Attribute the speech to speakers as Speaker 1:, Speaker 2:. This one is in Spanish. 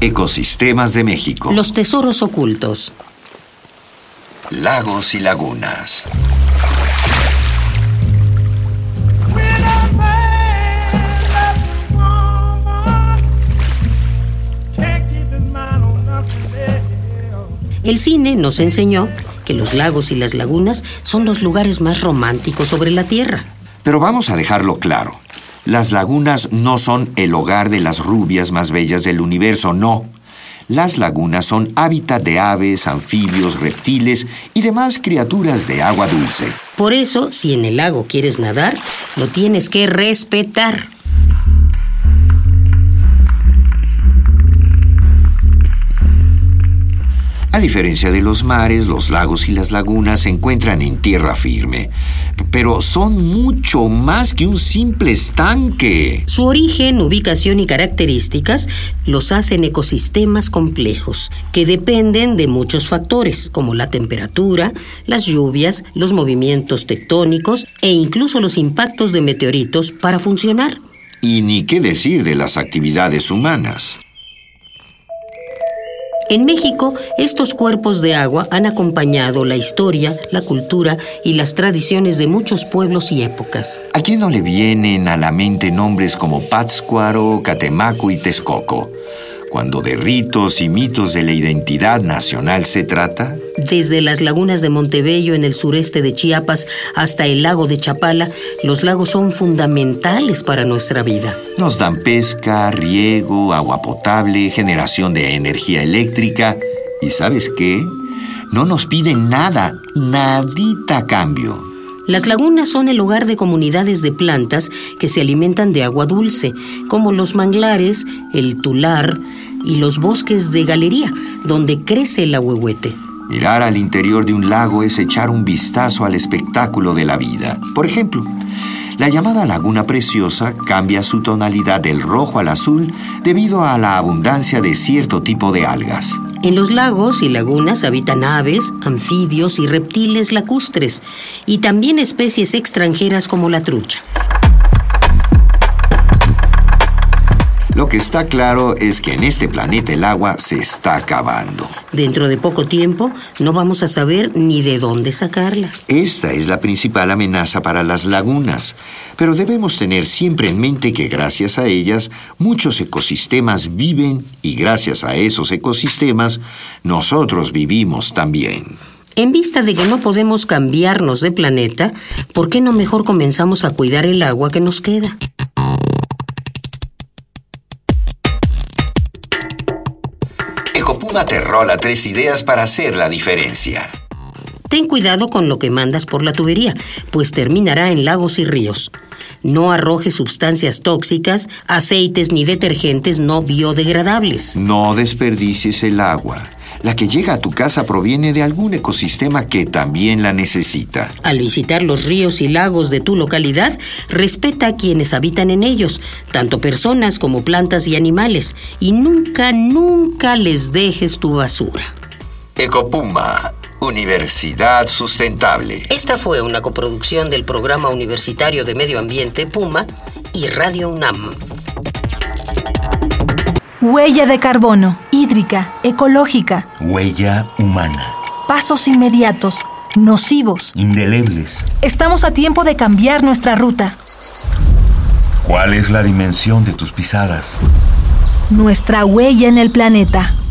Speaker 1: Ecosistemas de México.
Speaker 2: Los tesoros ocultos.
Speaker 1: Lagos y lagunas.
Speaker 2: El cine nos enseñó que los lagos y las lagunas son los lugares más románticos sobre la Tierra.
Speaker 1: Pero vamos a dejarlo claro. Las lagunas no son el hogar de las rubias más bellas del universo, no. Las lagunas son hábitat de aves, anfibios, reptiles y demás criaturas de agua dulce.
Speaker 2: Por eso, si en el lago quieres nadar, lo tienes que respetar.
Speaker 1: A diferencia de los mares, los lagos y las lagunas se encuentran en tierra firme, p- pero son mucho más que un simple estanque.
Speaker 2: Su origen, ubicación y características los hacen ecosistemas complejos que dependen de muchos factores, como la temperatura, las lluvias, los movimientos tectónicos e incluso los impactos de meteoritos para funcionar.
Speaker 1: Y ni qué decir de las actividades humanas.
Speaker 2: En México, estos cuerpos de agua han acompañado la historia, la cultura y las tradiciones de muchos pueblos y épocas.
Speaker 1: ¿A quién no le vienen a la mente nombres como Pátzcuaro, Catemaco y Texcoco? Cuando de ritos y mitos de la identidad nacional se trata,
Speaker 2: Desde las lagunas de Montebello en el sureste de Chiapas hasta el lago de Chapala, los lagos son fundamentales para nuestra vida.
Speaker 1: nos dan pesca, riego, agua potable, generación de energía eléctrica y ¿sabes qué? No nos piden nada, nadita a cambio.
Speaker 2: Las lagunas son el hogar de comunidades de plantas que se alimentan de agua dulce, como los manglares, el tular y los bosques de galería, donde crece el ahuehuete.
Speaker 1: Mirar al interior de un lago es echar un vistazo al espectáculo de la vida. Por ejemplo, la llamada Laguna Preciosa cambia su tonalidad del rojo al azul debido a la abundancia de cierto tipo de algas.
Speaker 2: En los lagos y lagunas habitan aves, anfibios y reptiles lacustres, y también especies extranjeras como la trucha.
Speaker 1: Lo que está claro es que en este planeta el agua se está acabando.
Speaker 2: Dentro de poco tiempo no vamos a saber ni de dónde sacarla.
Speaker 1: Esta es la principal amenaza para las lagunas, pero debemos tener siempre en mente que gracias a ellas muchos ecosistemas viven y gracias a esos ecosistemas nosotros vivimos también.
Speaker 2: En vista de que no podemos cambiarnos de planeta, ¿por qué no mejor comenzamos a cuidar el agua que nos queda?
Speaker 1: Ecopuma te rola tres ideas para hacer la diferencia.
Speaker 2: Ten cuidado con lo que mandas por la tubería, pues terminará en lagos y ríos. No arrojes sustancias tóxicas, aceites ni detergentes no biodegradables.
Speaker 1: No desperdicies el agua. La que llega a tu casa proviene de algún ecosistema que también la necesita.
Speaker 2: Al visitar los ríos y lagos de tu localidad, respeta a quienes habitan en ellos, tanto personas como plantas y animales, y nunca, nunca les dejes tu basura.
Speaker 1: Ecopuma, Universidad Sustentable.
Speaker 2: Esta fue una coproducción del Programa Universitario de Medio Ambiente Puma y Radio UNAM.
Speaker 3: Huella de carbono. Hídrica, ecológica.
Speaker 4: Huella humana.
Speaker 3: Pasos inmediatos. Nocivos.
Speaker 4: Indelebles.
Speaker 3: Estamos a tiempo de cambiar nuestra ruta.
Speaker 4: ¿Cuál es la dimensión de tus pisadas?
Speaker 3: Nuestra huella en el planeta.